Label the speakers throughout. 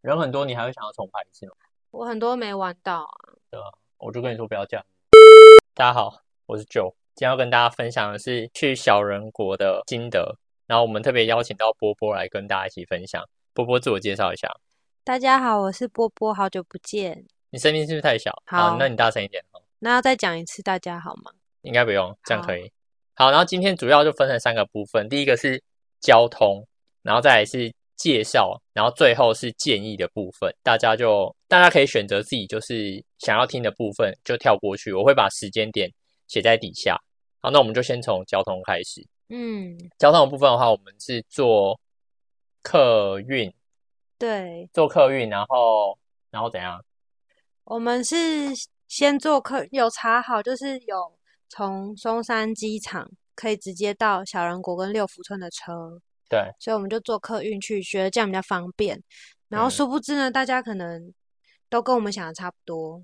Speaker 1: 人很多，你还会想要重排一次吗？
Speaker 2: 我很多没玩到啊，
Speaker 1: 我就跟你说不要这样。大家好，我是 Joe，今天要跟大家分享的是去小人国的心得。然后我们特别邀请到波波来跟大家一起分享。波波自我介绍一下，
Speaker 2: 大家好，我是波波，好久不见。
Speaker 1: 你声音是不是太小？
Speaker 2: 好
Speaker 1: 那你大声一点哦。
Speaker 2: 那要再讲一次大家好吗？
Speaker 1: 应该不用，这样可以。好，然后今天主要就分成三个部分，第一个是交通，然后再来是介绍，然后最后是建议的部分。大家就大家可以选择自己就是想要听的部分就跳过去，我会把时间点写在底下。好，那我们就先从交通开始。
Speaker 2: 嗯，
Speaker 1: 交通的部分的话，我们是坐客运，
Speaker 2: 对，
Speaker 1: 坐客运，然后然后怎样？
Speaker 2: 我们是先做客，有查好，就是有从松山机场可以直接到小人国跟六福村的车，
Speaker 1: 对，
Speaker 2: 所以我们就坐客运去，觉得这样比较方便。然后
Speaker 1: 嗯
Speaker 2: 殊不知呢，大家可能都跟我们想的差不多，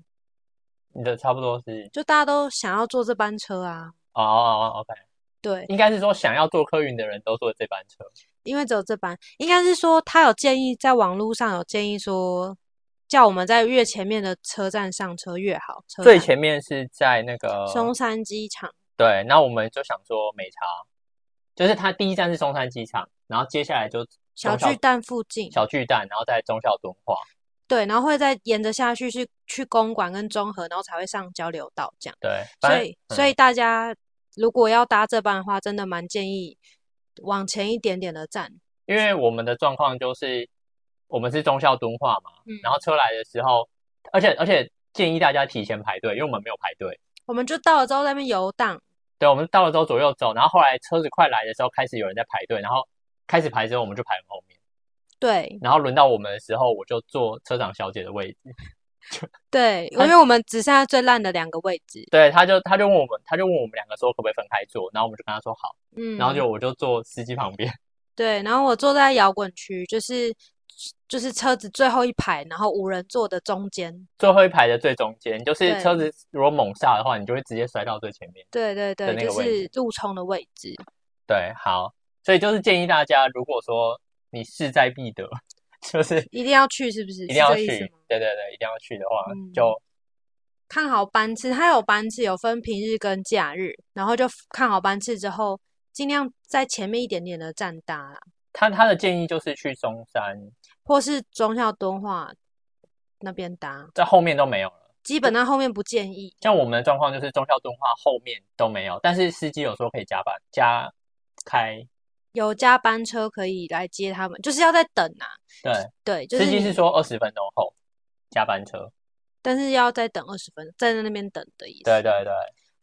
Speaker 1: 你的差不多是
Speaker 2: 就大家都想要坐这班车啊。
Speaker 1: 哦哦哦，OK，
Speaker 2: 对，
Speaker 1: 应该是说想要坐客运的人都坐这班车。
Speaker 2: 因为只有这班，应该是说他有建议，在网络上有建议说，叫我们在越前面的车站上车越好。车
Speaker 1: 最
Speaker 2: 站
Speaker 1: 前面是在那个
Speaker 2: 松山机场，
Speaker 1: 对，那我们就想说美茶，就是它第一站是松山机场，然后接下来就
Speaker 2: 小
Speaker 1: 中
Speaker 2: 巨蛋附近。
Speaker 1: 小巨蛋，然后再中校敦化。
Speaker 2: 对，然后会再沿着下去是去公馆跟中和，然后才会上交流道这样。
Speaker 1: 对，反嗯
Speaker 2: 所
Speaker 1: 正
Speaker 2: 以，所以大家如果要搭这班的话，真的蛮建议往前一点点的站。
Speaker 1: 因为我们的状况就是我们是中校敦化嘛，
Speaker 2: 嗯，
Speaker 1: 然后车来的时候，而且而且建议大家提前排队，因为我们没有排队。
Speaker 2: 我们就到了之后在那边游荡，
Speaker 1: 对，我们到了之后左右走，然后后来车子快来的时候，开始有人在排队，然后开始排之后我们就排后面，
Speaker 2: 对
Speaker 1: 然后轮到我们的时候，我就坐车长小姐的位置。
Speaker 2: 对，因
Speaker 1: 它
Speaker 2: 为我们只剩下最烂的两个位置，
Speaker 1: 对，他就他就问我们，他就问我们两个说可不可以分开坐，然后我们就跟他说好，
Speaker 2: 嗯，
Speaker 1: 然后就我就坐司机旁边，
Speaker 2: 对，然后我坐在摇滚区，就是就是车子最后一排，然后无人座的中间。
Speaker 1: 最后一排的最中间，就是
Speaker 2: 对
Speaker 1: 车子如果猛刹的话，你就会直接摔到最前面。
Speaker 2: 对对对，
Speaker 1: 那
Speaker 2: 就
Speaker 1: 个位
Speaker 2: 是
Speaker 1: 置
Speaker 2: 路冲的位置。
Speaker 1: 对，好，所以就是建议大家，如果说你势在必得， 就是
Speaker 2: 一定要去是不是
Speaker 1: 一定要
Speaker 2: 是这意思
Speaker 1: 去
Speaker 2: 吗，
Speaker 1: 对对对，一定要去的话，
Speaker 2: 嗯
Speaker 1: 就
Speaker 2: 看好班次，它有班次，有分平日跟假日，然后就看好班次之后，尽量在前面一点点的站搭啦，
Speaker 1: 他他的建议就是去中山，
Speaker 2: 或是中校敦化那边搭，
Speaker 1: 在后面都没有了。
Speaker 2: 基本上后面不建议。
Speaker 1: 像我们的状况就是中校敦化后面都没有，但是司机有时候可以加班加开，
Speaker 2: 有加班车可以来接他们，就是要在等啊。
Speaker 1: 对，
Speaker 2: 对，就是
Speaker 1: 司机
Speaker 2: 你
Speaker 1: 是说二十分钟后加班车，
Speaker 2: 但是要再等二十分，站在那边等的意思。
Speaker 1: 对对对，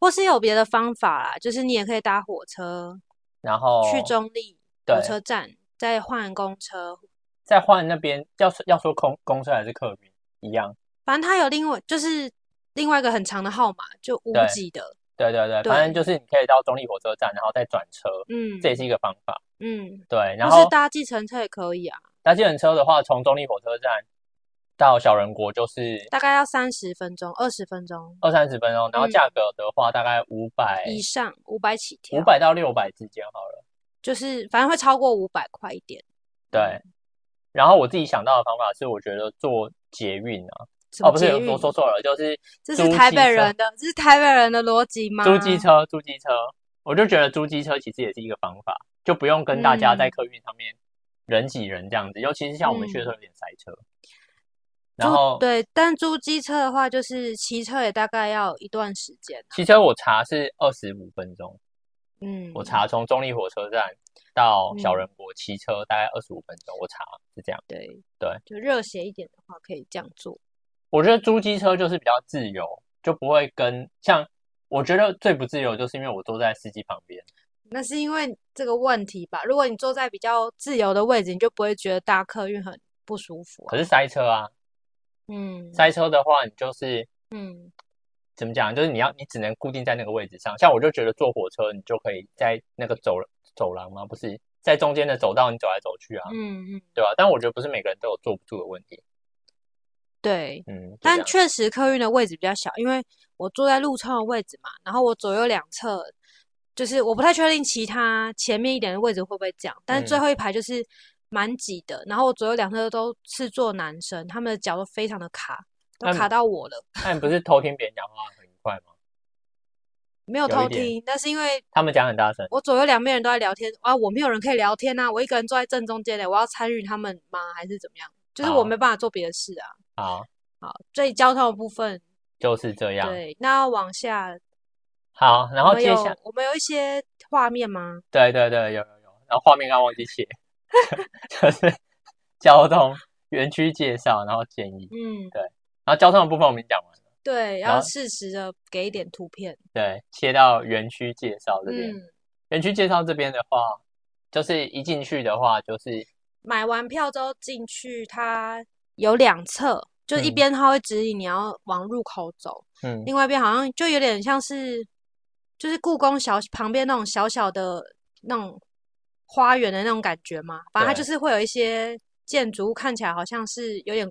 Speaker 2: 或是有别的方法啦，就是你也可以搭火车
Speaker 1: 然后
Speaker 2: 去中立
Speaker 1: 哦对
Speaker 2: 火车站，再换公车。
Speaker 1: 再换那边要说要说公公车还是客运一样，
Speaker 2: 反正它有另外就是另外一个很长的号码，就五
Speaker 1: 对
Speaker 2: 几的。
Speaker 1: 对对对，
Speaker 2: 对
Speaker 1: 反正就是你可以到中立火车站，然后再转车，
Speaker 2: 嗯
Speaker 1: 这也是一个方法。
Speaker 2: 嗯，
Speaker 1: 对，然
Speaker 2: 或
Speaker 1: 后
Speaker 2: 是搭计程车也可以啊，
Speaker 1: 搭计程车的话，从中立火车站到小人国就是
Speaker 2: 大概要三十分钟、二十分钟
Speaker 1: 二三十分钟，然后
Speaker 2: 嗯
Speaker 1: 价格的话大概五百
Speaker 2: 以上，五百起跳，
Speaker 1: 哎五百到六百之间好了。
Speaker 2: 就是反正会超过五百块一点。
Speaker 1: 对，
Speaker 2: 嗯
Speaker 1: 然后我自己想到的方法是，我觉得坐捷运啊，
Speaker 2: 什
Speaker 1: 哦
Speaker 2: 么
Speaker 1: 不
Speaker 2: 捷
Speaker 1: 是，
Speaker 2: 运？
Speaker 1: 我说错了，就是
Speaker 2: 这
Speaker 1: 租
Speaker 2: 是台
Speaker 1: 汽
Speaker 2: 北
Speaker 1: 车
Speaker 2: 人的，这是台北人的逻辑吗？
Speaker 1: 租机车，租机车，我就觉得租机车其实也是一个方法，就不用跟大家在
Speaker 2: 嗯
Speaker 1: 客运上面人挤人这样子，尤其是像我们去的时候有点塞车。然
Speaker 2: 租
Speaker 1: 后
Speaker 2: 嗯对，但租机车的话，就是骑车也大概要一段时间啊。
Speaker 1: 骑车我查是二十五分钟，
Speaker 2: 嗯，
Speaker 1: 我查从中立火车站到小人国骑车大概二十五分钟，我查是这样。
Speaker 2: 对
Speaker 1: 对，
Speaker 2: 就热血一点的话，可以这样做。
Speaker 1: 我觉得租机车就是比较自由，就不会跟像我觉得最不自由就是因为我坐在司机旁边。
Speaker 2: 那是因为这个问题吧？如果你坐在比较自由的位置，你就不会觉得搭客运很不舒服啊。
Speaker 1: 可是塞车啊，
Speaker 2: 嗯，
Speaker 1: 塞车的话，你就是
Speaker 2: 嗯，
Speaker 1: 怎么讲，就是你要你只能固定在那个位置上。像我就觉得坐火车，你就可以在那个走走廊吗？不是，在中间的走道你走来走去啊，
Speaker 2: 嗯嗯，
Speaker 1: 对吧？但我觉得不是每个人都有坐不住的问题。
Speaker 2: 对。
Speaker 1: 嗯，就这
Speaker 2: 但
Speaker 1: 样
Speaker 2: 确实客运的位置比较小，因为我坐在路窗的位置嘛，然后我左右两侧，就是我不太确定其他前面一点的位置会不会这样，但是最
Speaker 1: 嗯
Speaker 2: 后一排就是蛮挤的，然后我左右两侧都是坐男生，他们的脚都非常的卡，都
Speaker 1: 他们
Speaker 2: 卡到我了。
Speaker 1: 那你不是偷听别人讲话很愉快吗？
Speaker 2: 没有
Speaker 1: 有
Speaker 2: 偷
Speaker 1: 一点
Speaker 2: 听，但是因为
Speaker 1: 他们讲很大声，
Speaker 2: 我左右两边人都在聊天啊，我没有人可以聊天啊，我一个人坐在正中间嘞，我要参与他们吗？还是怎么样？就是我
Speaker 1: 好
Speaker 2: 没办法做别的事啊。
Speaker 1: 好，
Speaker 2: 好，所以交通的部分，
Speaker 1: 就是这样。
Speaker 2: 对，那要往下，
Speaker 1: 好，然
Speaker 2: 我
Speaker 1: 后
Speaker 2: 们
Speaker 1: 接
Speaker 2: 有
Speaker 1: 下嗯
Speaker 2: 我们有一些画面吗？
Speaker 1: 对对对，有有有。然后画面刚忘记写， 就是交通园区介绍，然后建议，
Speaker 2: 嗯，
Speaker 1: 然后交通的部分我们已经讲完了。
Speaker 2: 对，
Speaker 1: 然
Speaker 2: 要
Speaker 1: 后
Speaker 2: 适时的给一点图片。
Speaker 1: 对，切到园区介绍这边。
Speaker 2: 嗯，
Speaker 1: 园区介绍这边的话，就是一进去的话，就是
Speaker 2: 买完票之后进去，它有两侧，就是一
Speaker 1: 嗯
Speaker 2: 边它会指引你要往入口走，
Speaker 1: 嗯，
Speaker 2: 另外一边好像就有点像是，就是故宫小旁边那种小小的那种花园的那种感觉嘛。反正它
Speaker 1: 对
Speaker 2: 就是会有一些建筑物看起来好像是有点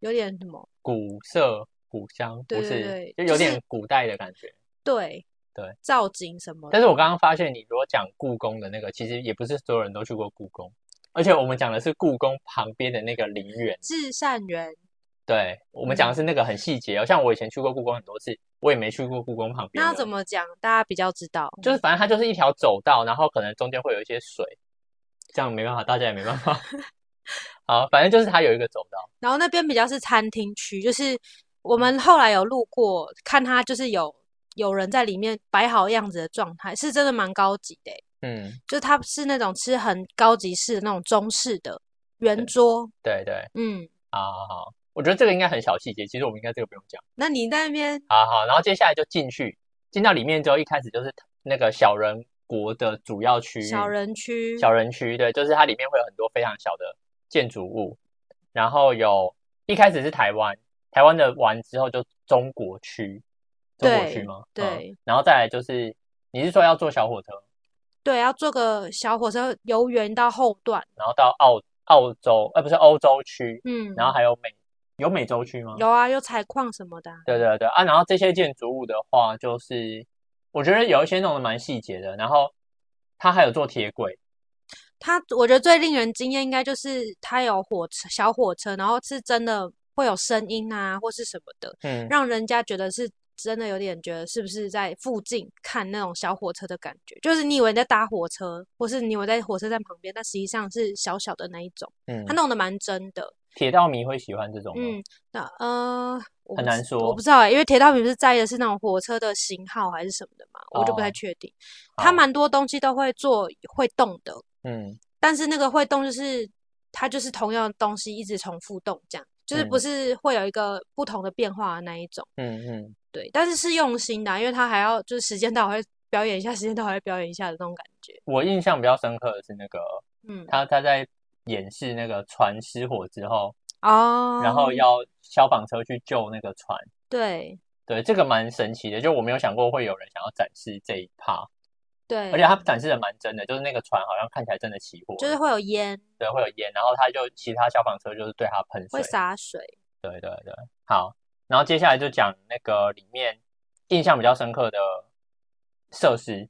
Speaker 2: 有点什么，
Speaker 1: 古色古香，
Speaker 2: 对
Speaker 1: 不
Speaker 2: 对
Speaker 1: 是
Speaker 2: 对，
Speaker 1: 就
Speaker 2: 就
Speaker 1: 有
Speaker 2: 是嗯
Speaker 1: 点古代的感觉。
Speaker 2: 对
Speaker 1: 对，
Speaker 2: 造景什么的
Speaker 1: 但。是我刚刚发现，你如果讲故宫的那个，其实也不是所有人都去过故宫，而且我们讲的是故宫旁边的那个陵园。
Speaker 2: 至善园，
Speaker 1: 对，我们讲的是那个很细节哦，像我以前去过故宫很多次，我也没去过故宫旁边
Speaker 2: 那要
Speaker 1: 的
Speaker 2: 怎么讲？大家比较知道，
Speaker 1: 就是反正它就是一条走道，然后可能中间会有一些水，这样没办法，大家也没办 法。好，反正就是它有一个走道，
Speaker 2: 然后那边比较是餐厅区，就是我们后来有路过，看它就是有有人在里面摆好样子的状态，是真的蛮高级的欸、
Speaker 1: 嗯，
Speaker 2: 就它是那种吃很高级式的那种中式的圆桌，
Speaker 1: 对对，
Speaker 2: 嗯，
Speaker 1: 好好好，我觉得这个应该很小细节，其实我们应该这个不用讲。
Speaker 2: 那你在那边
Speaker 1: 好好，然后接下来就进去，进到里面之后，一开始就是那个小人国的主要区域，
Speaker 2: 小人区，
Speaker 1: 嗯小人区，对，就是它里面会有很多非常小的建筑物，然后有一开始是台湾，台湾的完之后就中国区，中国区
Speaker 2: 对
Speaker 1: 吗？嗯
Speaker 2: 对
Speaker 1: 然后再来就是你是说要坐小火车，
Speaker 2: 对，要坐个小火车游园到后段，
Speaker 1: 然后到澳澳洲，呃，不是欧洲区，
Speaker 2: 嗯，
Speaker 1: 然后还有美有美洲区吗？
Speaker 2: 有啊，有采矿什么的啊，
Speaker 1: 对对对啊，然后这些建筑物的话，就是我觉得有一些弄得蛮细节的，然后它还有做铁轨，
Speaker 2: 它我觉得最令人惊艳应该就是它有火车小火车，然后是真的会有声音啊或是什么的，
Speaker 1: 嗯，
Speaker 2: 让人家觉得是真的有点觉得是不是在附近看那种小火车的感觉，就是你以为你在搭火车，或是你以为在火车站旁边，但实际上是小小的那一种，
Speaker 1: 嗯
Speaker 2: 它，弄得蛮真的。
Speaker 1: 铁道迷会喜欢这种吗？
Speaker 2: 嗯，那呃，我
Speaker 1: 很
Speaker 2: 不
Speaker 1: 难
Speaker 2: 知
Speaker 1: 说
Speaker 2: 我不知道欸，因为铁道迷不是在意的是那种火车的型号还是什么的嘛，我就不
Speaker 1: 哦
Speaker 2: 太确定。它
Speaker 1: 好
Speaker 2: 蛮多东西都会做会动的，
Speaker 1: 嗯
Speaker 2: 但是那个会动就是它就是同样的东西一直重复动，这样就是不
Speaker 1: 嗯
Speaker 2: 是会有一个不同的变化的那一种。
Speaker 1: 嗯嗯，
Speaker 2: 对，但是是用心的啊、因为它还要就是时间到还会表演一下，时间到还会表演一下的那种感觉。
Speaker 1: 我印象比较深刻的是那个
Speaker 2: 嗯，
Speaker 1: 他他在演示那个船失火之后，
Speaker 2: 哦，
Speaker 1: 然后要消防车去救那个船，
Speaker 2: 对
Speaker 1: 对，这个蛮神奇的，就我没有想过会有人想要展示这一趴，
Speaker 2: 对，
Speaker 1: 而且他展示的蛮真的，就是那个船好像看起来真的起火了，
Speaker 2: 就是会有烟，
Speaker 1: 对，会有烟，然后他就其他消防车就是对他喷水
Speaker 2: 会，洒水。
Speaker 1: 对对对，好，然后接下来就讲那个里面印象比较深刻的设施，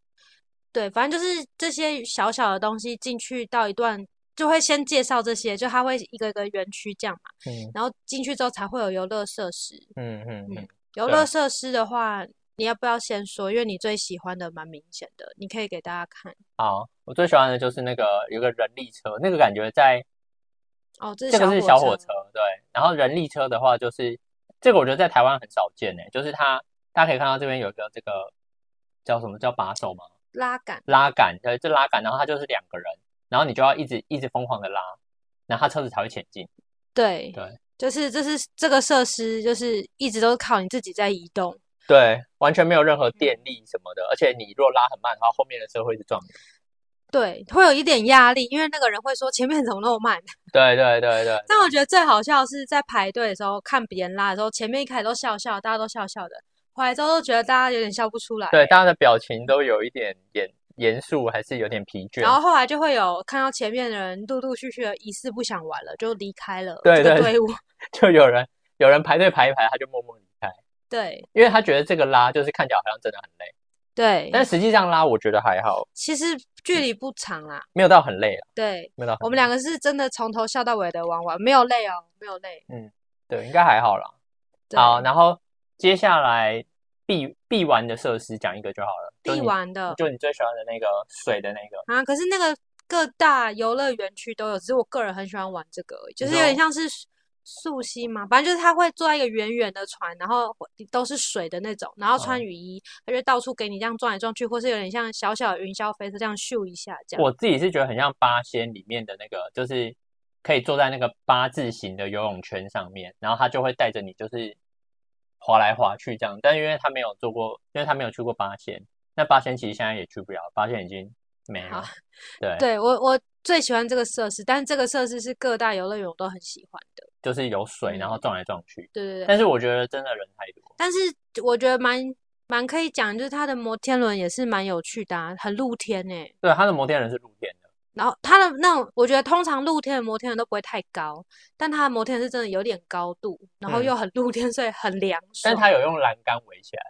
Speaker 2: 对，反正就是这些小小的东西进去到一段，就会先介绍这些，就它会一个一个园区这样嘛，
Speaker 1: 嗯
Speaker 2: 然后进去之后才会有游乐设施。
Speaker 1: 嗯嗯嗯，
Speaker 2: 游
Speaker 1: 对
Speaker 2: 乐设施的话，你要不要先说？因为你最喜欢的蛮明显的，你可以给大家看。
Speaker 1: 好，我最喜欢的就是那个有个人力车，那个感觉在。
Speaker 2: 哦，这是
Speaker 1: 这
Speaker 2: 小
Speaker 1: 个
Speaker 2: 火
Speaker 1: 是
Speaker 2: 车，
Speaker 1: 小火车，对。然后人力车的话，就是这个我觉得在台湾很少见诶，就是它大家可以看到这边有一个这个叫什么叫把手嘛，
Speaker 2: 拉杆，
Speaker 1: 拉杆，对，这拉杆，然后它就是两个人，然后你就要一直一直疯狂的拉，然后它车子才会前进。
Speaker 2: 对
Speaker 1: 对，
Speaker 2: 就是这是这个设施，就是一直都是靠你自己在移动。
Speaker 1: 对，完全没有任何电力什么的，而且你若拉很慢的话，后面的车会一直撞你。
Speaker 2: 对，会有一点压力，因为那个人会说前面怎么那么慢。
Speaker 1: 对对对对，
Speaker 2: 但我觉得最好笑的是在排队的时候看别人拉的时候，前面一开始都笑笑，大家都笑笑的，后来之后都觉得大家有点笑不出来。
Speaker 1: 对，大家的表情都有一点严严肃，还是有点疲倦。
Speaker 2: 然后后来就会有看到前面的人陆陆续续的疑似不想玩了，就离开了
Speaker 1: 对
Speaker 2: 这个
Speaker 1: 对
Speaker 2: 队伍。
Speaker 1: 就有人有人排队排一排，他就默默离开，
Speaker 2: 对
Speaker 1: 因为他觉得这个拉就是看起来好像真的很累。
Speaker 2: 对，
Speaker 1: 但实际上拉我觉得还好，
Speaker 2: 其实距离不长啦。
Speaker 1: 没有到很累啊，
Speaker 2: 对
Speaker 1: 没有到很累
Speaker 2: 我们两个是真的从头笑到尾的玩完，没有累哦，没有累。
Speaker 1: 对应该还好啦。
Speaker 2: 对
Speaker 1: 好，然后接下来必必玩的设施讲一个就好了，就
Speaker 2: 必
Speaker 1: 你
Speaker 2: 玩的
Speaker 1: 就你最喜欢的那个水的那个，
Speaker 2: 啊，可是那个各大游乐园区都有，只是我个人很喜欢玩这个而已，就是
Speaker 1: 你
Speaker 2: 有
Speaker 1: 说
Speaker 2: 点像是溯溪嘛，反正就是他会坐在一个圆圆的船，然后都是水的那种，然后穿
Speaker 1: 嗯
Speaker 2: 雨衣，他就到处给你这样转来转去，或是有点像小小的云霄飞车这样咻一下这样。
Speaker 1: 我自己是觉得很像八仙里面的那个，就是可以坐在那个八字形的游泳圈上面，然后它就会带着你就是划来划去这样。但因为他没有做过，因为他没有去过八仙，那八仙其实现在也去不了，八仙已经没了
Speaker 2: 好。
Speaker 1: 对，
Speaker 2: 对我我最喜欢这个设施，但是这个设施是各大游乐园我都很喜欢的。
Speaker 1: 就是有水，
Speaker 2: 嗯
Speaker 1: 然后撞来撞去。
Speaker 2: 对对对，
Speaker 1: 但是我觉得真的人太多，
Speaker 2: 但是我觉得蛮蛮可以讲，就是它的摩天轮也是蛮有趣的、啊，很露天呢、
Speaker 1: 对，它的摩天轮是露天的，
Speaker 2: 然后它的那种，我觉得通常露天的摩天轮都不会太高，但它的摩天轮是真的有点高度，然后
Speaker 1: 嗯
Speaker 2: 又很露天，所以很凉
Speaker 1: 但
Speaker 2: 爽。
Speaker 1: 是它有用栏杆围起来。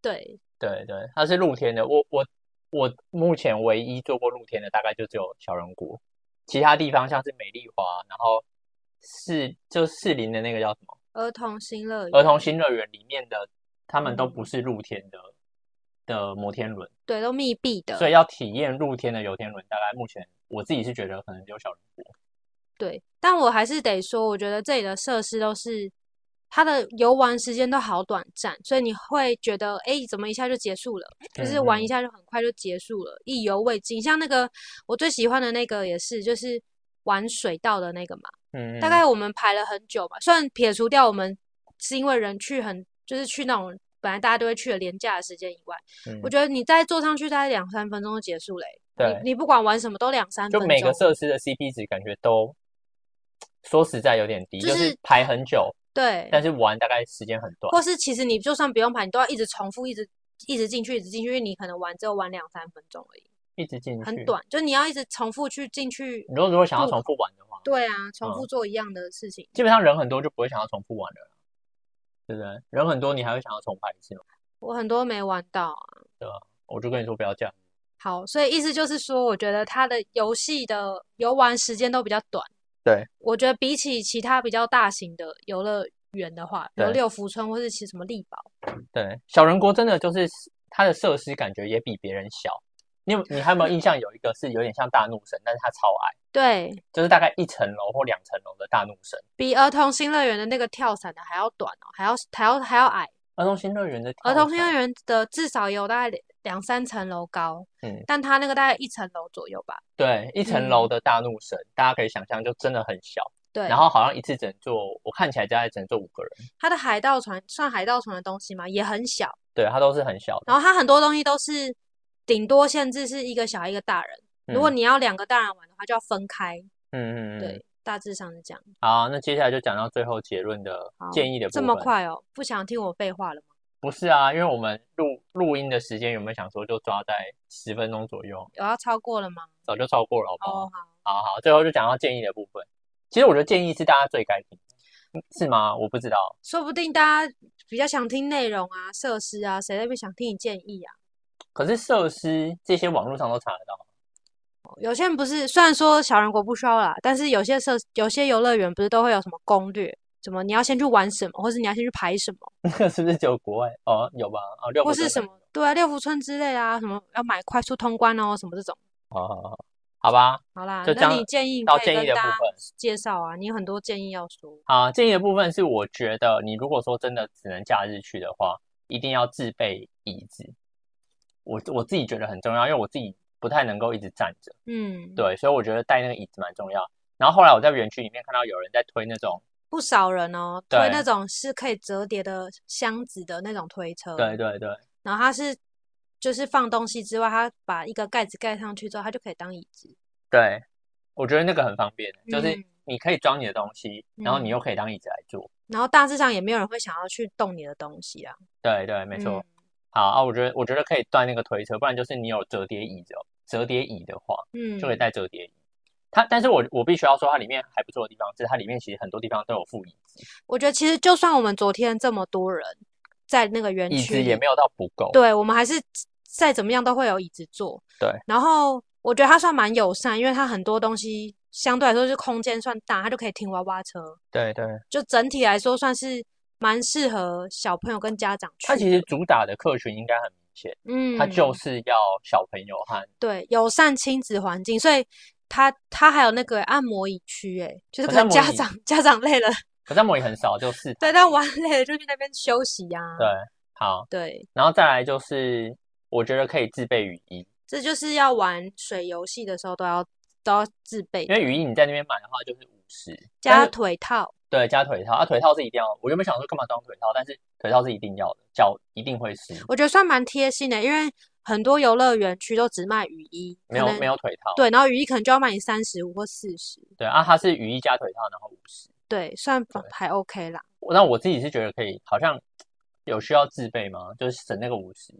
Speaker 2: 对
Speaker 1: 对对，它是露天的。我我我目前唯一做过露天的，大概就只有小人国，其他地方像是美丽华，然后是就士林的那个叫什么
Speaker 2: 儿童新乐园，
Speaker 1: 儿童新乐园里面的，他们都不是露天的的摩天轮，
Speaker 2: 对都密闭的，
Speaker 1: 所以要体验露天的游天轮，大概目前我自己是觉得可能只有小人国。
Speaker 2: 对，但我还是得说，我觉得这里的设施都是它的游玩时间都好短暂，所以你会觉得，哎，怎么一下就结束了？就是玩一
Speaker 1: 嗯
Speaker 2: 下就很快就结束了，意犹未尽。像那个我最喜欢的那个也是，就是玩水道的那个嘛，
Speaker 1: 嗯，
Speaker 2: 大概我们排了很久嘛。虽然撇除掉我们是因为人去很，就是去那种本来大家都会去的廉价的时间以外，我觉得你再坐上去大概两三分钟就结束嘞、
Speaker 1: 嗯
Speaker 2: 欸
Speaker 1: 对
Speaker 2: 你你不管玩什么都两三
Speaker 1: 就
Speaker 2: 分钟，
Speaker 1: 每个设施的 CP 值感觉都说实在有点低，
Speaker 2: 就
Speaker 1: 就是排很久，
Speaker 2: 对，
Speaker 1: 但是玩大概时间很短。
Speaker 2: 或是其实你就算不用排，你都要一直重复，一直一直进去，一直进去，因为你可能玩只有玩两三分钟而已，
Speaker 1: 一直进去，
Speaker 2: 很。短，就你要一直重复去进去。
Speaker 1: 你说如果想要重复玩的话，
Speaker 2: 对啊，重
Speaker 1: 嗯
Speaker 2: 复做一样的事情。
Speaker 1: 基本上人很多就不会想要重复玩了啦，对不对？人很多，你还会想要重排一次吗？
Speaker 2: 我很多没玩到啊。
Speaker 1: 我就跟你说不要这样。
Speaker 2: 好，所以意思就是说，我觉得它的游戏的游玩时间都比较短。
Speaker 1: 对，
Speaker 2: 我觉得比起其他比较大型的游乐园的话，比如
Speaker 1: 对
Speaker 2: 六福村或是其什么力宝，
Speaker 1: 对，小人国真的就是它的设施感觉也比别人小。你有你还有没有印象？有一个是有点像大怒神，但是它超矮，
Speaker 2: 对
Speaker 1: 就是大概一层楼或两层楼的大怒神。
Speaker 2: 比儿童新乐园的那个跳伞的还要短哦，还要还要还要矮。
Speaker 1: 儿童新乐园的跳
Speaker 2: 儿童新
Speaker 1: 伞
Speaker 2: 乐园的至少有大概两两三层楼高，
Speaker 1: 嗯
Speaker 2: 但它那个大概一层楼左右吧。
Speaker 1: 对一层楼的大怒神，大家可以想象就真的很小。
Speaker 2: 嗯对，
Speaker 1: 然后好像一次只能坐，我看起来大概只能坐五个人。
Speaker 2: 它的海盗船算海盗船的东西嘛，也很小。
Speaker 1: 对，它都是很小的。
Speaker 2: 然后它很多东西都是顶多限制是一个小孩一个大人，如果
Speaker 1: 嗯
Speaker 2: 你要两个大人玩的话，就要分开。
Speaker 1: 嗯嗯嗯，
Speaker 2: 对，大致上是这样。
Speaker 1: 好，那接下来就讲到最后结论的
Speaker 2: 好
Speaker 1: 建议的部
Speaker 2: 这
Speaker 1: 分。
Speaker 2: 么？快哦，不想听我废话了吗？
Speaker 1: 不是啊，因为我们录录音的时间有没有想说就抓在十分钟左右，
Speaker 2: 有要超过了吗？
Speaker 1: 早就超过了，好不好？
Speaker 2: 哦，好，
Speaker 1: 好好，最后就讲到建议的部分。其实我觉得建议是大家最该听的，是吗？我不知道，
Speaker 2: 说不定大家比较想听内容啊、设施啊，谁在那边想听你建议啊？
Speaker 1: 可是设施这些网络上都查得到，
Speaker 2: 有些人不是，虽然说小人国不需要啦，但是有些设有些游乐园不是都会有什么攻略，什么你要先去玩什么，或是你要先去排什么，
Speaker 1: 那 个是不是只有国外？哦，有吧？哦，六
Speaker 2: 或
Speaker 1: 国
Speaker 2: 是什
Speaker 1: 真的
Speaker 2: 么对啊，六福村之类啊，什么要买快速通关哦，什么这种。
Speaker 1: 有？好好好，好吧。
Speaker 2: 好啦，
Speaker 1: 就这
Speaker 2: 那
Speaker 1: 样
Speaker 2: 你建议你
Speaker 1: 到
Speaker 2: 可以
Speaker 1: 建议
Speaker 2: 跟
Speaker 1: 的
Speaker 2: 大
Speaker 1: 部
Speaker 2: 家
Speaker 1: 分
Speaker 2: 介绍啊，你有很多建议要说。
Speaker 1: 啊，建议的部分是，我觉得你如果说真的只能假日去的话，一定要自备椅子。我我自己觉得很重要，因为我自己不太能够一直站着，
Speaker 2: 嗯，
Speaker 1: 对，所以我觉得带那个椅子蛮重要。然后后来我在园区里面看到有人在推那种，
Speaker 2: 不少人哦，推
Speaker 1: 对
Speaker 2: 那种是可以折叠的箱子的那种推车，
Speaker 1: 对，对对
Speaker 2: 然后它是就是放东西之外，它把一个盖子盖上去之后，它就可以当椅子。
Speaker 1: 对，我觉得那个很方便，就是
Speaker 2: 嗯
Speaker 1: 你可以装你的东西，然后你又可以当椅子来坐。
Speaker 2: 然后大致上也没有人会想要去动你的东西啊，
Speaker 1: 对对，没错
Speaker 2: 嗯。
Speaker 1: 好啊，我觉得我觉得可以带那个推车，不然就是你有折叠椅子哦，折叠椅的话，
Speaker 2: 嗯，
Speaker 1: 就可以带折叠椅。它，但是我我必须要说，它里面还不错的地方是，它里面其实很多地方都有附椅子，
Speaker 2: 我觉得其实就算我们昨天这么多人在那个园
Speaker 1: 椅
Speaker 2: 区
Speaker 1: 子
Speaker 2: 里，
Speaker 1: 也没有到不够。
Speaker 2: 对我们还是再怎么样都会有椅子坐。
Speaker 1: 对，
Speaker 2: 然后我觉得它算蛮友善，因为它很多东西相对来说是空间算大，它就可以停娃娃车，
Speaker 1: 对对，
Speaker 2: 就整体来说算是蛮适合小朋友跟家长去的。
Speaker 1: 它其实主打的客群应该很明显，
Speaker 2: 嗯，
Speaker 1: 它就是要小朋友和
Speaker 2: 对友善亲子环境，所以它它还有那个按摩椅区，哎，就是可能
Speaker 1: 可哦是按摩
Speaker 2: 家
Speaker 1: 椅
Speaker 2: 长家长累了，
Speaker 1: 可是按摩椅很少，就四台
Speaker 2: 对，但玩累了就去那边休息呀、
Speaker 1: 对，啊好，
Speaker 2: 对，
Speaker 1: 然后再来就是我觉得可以自备雨衣，
Speaker 2: 这就是要玩水游戏的时候都要都要自备
Speaker 1: 因为雨衣你在那边买的话就是五十，但
Speaker 2: 加
Speaker 1: 是
Speaker 2: 腿套，
Speaker 1: 对加腿套啊，腿套是一定要，我原本想说干嘛装腿套，但是腿套是一定要的，脚一定会湿，
Speaker 2: 我觉得算蛮贴心的，因为很多游乐园区都只卖雨衣，
Speaker 1: 没有
Speaker 2: 可能
Speaker 1: 没有腿套，
Speaker 2: 对，然后雨衣可能就要卖你三十五或四十，
Speaker 1: 对啊，它是雨衣加腿套，然后五十，
Speaker 2: 对，算还 OK 啦。
Speaker 1: 那我自己是觉得可以，好像有需要自备吗？就是省那个五十，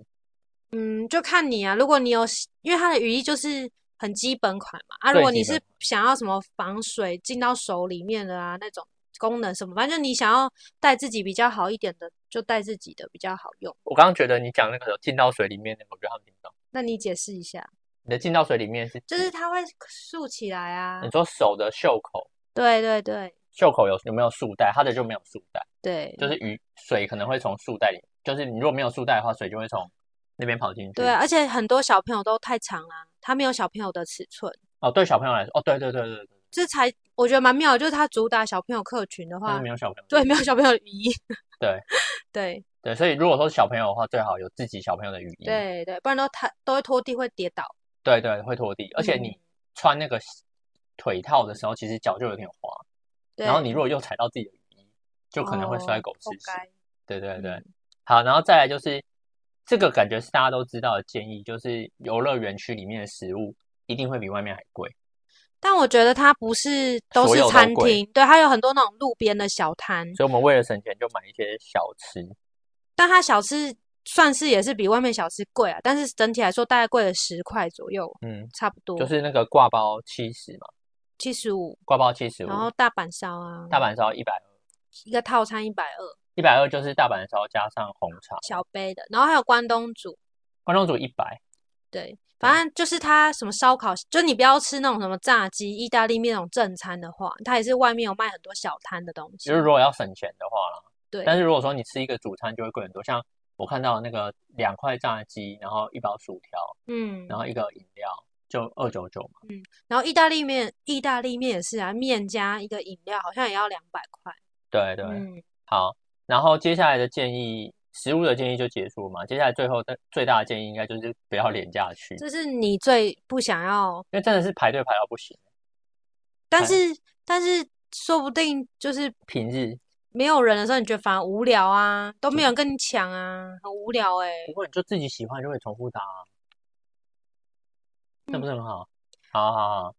Speaker 2: 嗯，就看你啊。如果你有喜，因为它的雨衣就是很基本款嘛。啊，如
Speaker 1: 对
Speaker 2: 果
Speaker 1: 基
Speaker 2: 你
Speaker 1: 本
Speaker 2: 是想要什么防水进到手里面的啊，那种功能什么，反正你想要带自己比较好一点的，就带自己的比较好用。
Speaker 1: 我刚刚觉得你讲那个有进到水里面那个，我觉得他们听不懂。
Speaker 2: 那你解释一下，
Speaker 1: 你的进到水里面是
Speaker 2: 就是它会竖起来啊
Speaker 1: 你。说手的袖口，
Speaker 2: 对对对
Speaker 1: 袖口有有没有束带？它的就没有束带，
Speaker 2: 对，
Speaker 1: 就是雨水可能会从束带里，就是你如果没有束带的话，水就会从那边跑进去。
Speaker 2: 对啊，而且很多小朋友都太长啦、它没有小朋友的尺寸，
Speaker 1: 哦，对小朋友来说，哦，对对对对对，
Speaker 2: 这才我觉得蛮妙的，就是它主打小朋友客群的
Speaker 1: 但
Speaker 2: 话
Speaker 1: 是没，有小朋友。
Speaker 2: 对，没有小朋友的雨衣，
Speaker 1: 对
Speaker 2: 对。
Speaker 1: 对，所以如果说是小朋友的话，最好有自己小朋友的雨衣。
Speaker 2: 对对，不然都他都会拖地会跌倒。
Speaker 1: 对对，会拖地，而且你
Speaker 2: 嗯
Speaker 1: 穿那个腿套的时候，其实脚就有点滑，
Speaker 2: 对，
Speaker 1: 然后你如果又踩到自己的雨衣，就可能会摔
Speaker 2: 哦
Speaker 1: 狗吃
Speaker 2: 活
Speaker 1: 屎。
Speaker 2: 该
Speaker 1: 对对对
Speaker 2: 嗯，
Speaker 1: 好，然后再来就是这个感觉是大家都知道的建议，就是游乐园区里面的食物一定会比外面还贵。
Speaker 2: 但我觉得它不是都
Speaker 1: 所
Speaker 2: 是
Speaker 1: 有都
Speaker 2: 餐
Speaker 1: 贵
Speaker 2: 厅，对，它有很多那种路边的小摊，
Speaker 1: 所以我们为了省钱就买一些小吃，
Speaker 2: 但它小吃算是也是比外面小吃贵啊，但是整体来说大概贵了十块左右，
Speaker 1: 嗯，
Speaker 2: 差不多，
Speaker 1: 就是那个挂包七十嘛，
Speaker 2: 七十五，
Speaker 1: 挂包七十五
Speaker 2: 然，后大阪烧啊，
Speaker 1: 大阪烧一百二，
Speaker 2: 一个套餐一百二，
Speaker 1: 一百二就是大阪烧加上红茶，
Speaker 2: 小杯的，然后还有关东煮，
Speaker 1: 关东煮一百，
Speaker 2: 对。反
Speaker 1: 嗯
Speaker 2: 正就是它什么烧烤，就是你不要吃那种什么炸鸡、意大利面那种正餐的话，它也是外面有卖很多小摊的东西。
Speaker 1: 就是如果要省钱的话啦。
Speaker 2: 对，
Speaker 1: 但是如果说你吃一个主餐就会贵很多，像我看到那个两块炸鸡，然后一包薯条，
Speaker 2: 嗯，
Speaker 1: 然后一个饮料就二九九嘛，
Speaker 2: 然后意大利面，意大利面也是啊，面加一个饮料好像也要两百块。
Speaker 1: 对对，
Speaker 2: 嗯，
Speaker 1: 好，然后接下来的建议，食物的建议就结束了嘛。接下来最后的最大的建议应该就是不要廉价区，因
Speaker 2: 这是你最不想要，
Speaker 1: 为真的是排队排到不行。
Speaker 2: 但
Speaker 1: 哎
Speaker 2: 是但是说不定就是
Speaker 1: 平日
Speaker 2: 没有人的时候，你觉得反而无聊啊，都没有人跟你抢啊，很无聊哎、
Speaker 1: 不过你就自己喜欢就会重复打、啊，那
Speaker 2: 嗯
Speaker 1: 不是很好？好好好，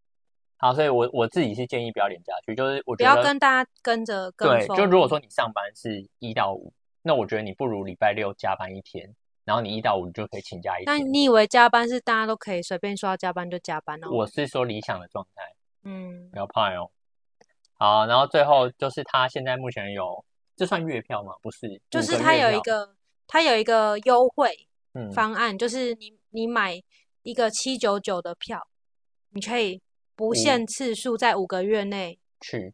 Speaker 1: 好，所以我我自己是建议不要廉价区，就是我
Speaker 2: 不
Speaker 1: 觉
Speaker 2: 要
Speaker 1: 得
Speaker 2: 跟大家跟着跟
Speaker 1: 对，
Speaker 2: 风。
Speaker 1: 就如果说你上班是一到五，那我觉得你不如礼拜六加班一天，然后你一到五你就可以请假一
Speaker 2: 那
Speaker 1: 天。
Speaker 2: 你以为加班是大家都可以随便说要加班就加班哦？
Speaker 1: 我是说理想的状态。
Speaker 2: 嗯
Speaker 1: 不，要怕哦。好，然后最后就是他现在目前有，这算月票吗？不是，
Speaker 2: 就是
Speaker 1: 五个
Speaker 2: 它
Speaker 1: 月
Speaker 2: 有
Speaker 1: 票
Speaker 2: 一个它有一个优惠
Speaker 1: 嗯，
Speaker 2: 方案，就是你你买一个七九九的票，你可以不限次数在五个月内
Speaker 1: 去，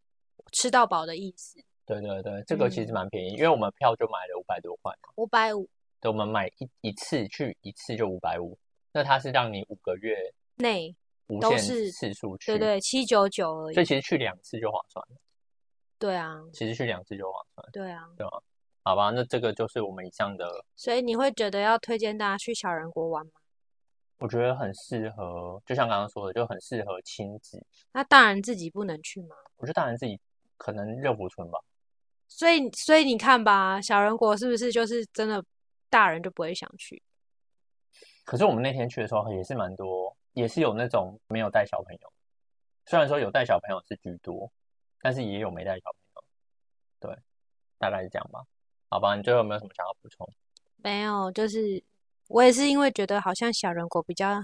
Speaker 2: 吃到饱的意思，
Speaker 1: 对对对，这个其
Speaker 2: 嗯
Speaker 1: 实蛮便宜，因为我们票就买了五百多块嘛，
Speaker 2: 五百五
Speaker 1: 对，我们买一一次去一次就五百五，那它是让你五个月
Speaker 2: 内，
Speaker 1: 无
Speaker 2: 都
Speaker 1: 限
Speaker 2: 是
Speaker 1: 次数去，
Speaker 2: 对对，七九九而已
Speaker 1: 所以。其实去两次就划算了，
Speaker 2: 对啊，
Speaker 1: 其实去两次就划算了，
Speaker 2: 对啊，
Speaker 1: 好吧？那这个就是我们以上的，
Speaker 2: 所以你会觉得要推荐大家去小人国玩吗？
Speaker 1: 我觉得很适合，就像刚刚说的，就很适合亲子，
Speaker 2: 那大人自己不能去吗？
Speaker 1: 我觉得大人自己可能热不存吧。
Speaker 2: 所以所以你看吧，小人国是不是就是真的大人就不会想去？
Speaker 1: 可是我们那天去的时候也是蛮多，也是有那种没有带小朋友，虽然说有带小朋友是居多，但是也有没带小朋友。对，大概是这样吧。好吧，你最后有没有什么想要补充？
Speaker 2: 没有，就是我也是因为觉得好像小人国比较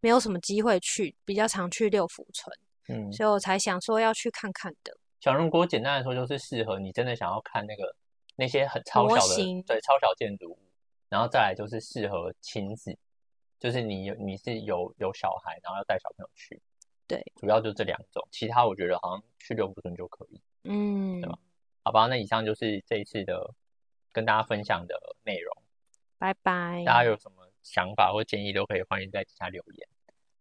Speaker 2: 没有什么机会去，比较常去六福村。
Speaker 1: 嗯，
Speaker 2: 所以我才想说要去看看的。
Speaker 1: 小人国简单来说就是适合你真的想要看那个那些很超
Speaker 2: 模
Speaker 1: 小的，
Speaker 2: 型
Speaker 1: 对，超小建筑物，然后再来就是适合亲子，就是你有你是有有小孩，然后要带小朋友去，
Speaker 2: 对，
Speaker 1: 主要就这两种，其他我觉得好像去六福村就可以。
Speaker 2: 嗯，
Speaker 1: 对吧好吧，那以上就是这一次的跟大家分享的内容。
Speaker 2: 拜拜，
Speaker 1: 大家有什么想法或建议都可以，欢迎在底下留言。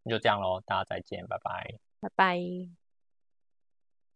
Speaker 1: 那就这样喽，大家再见，拜拜。
Speaker 2: 拜拜。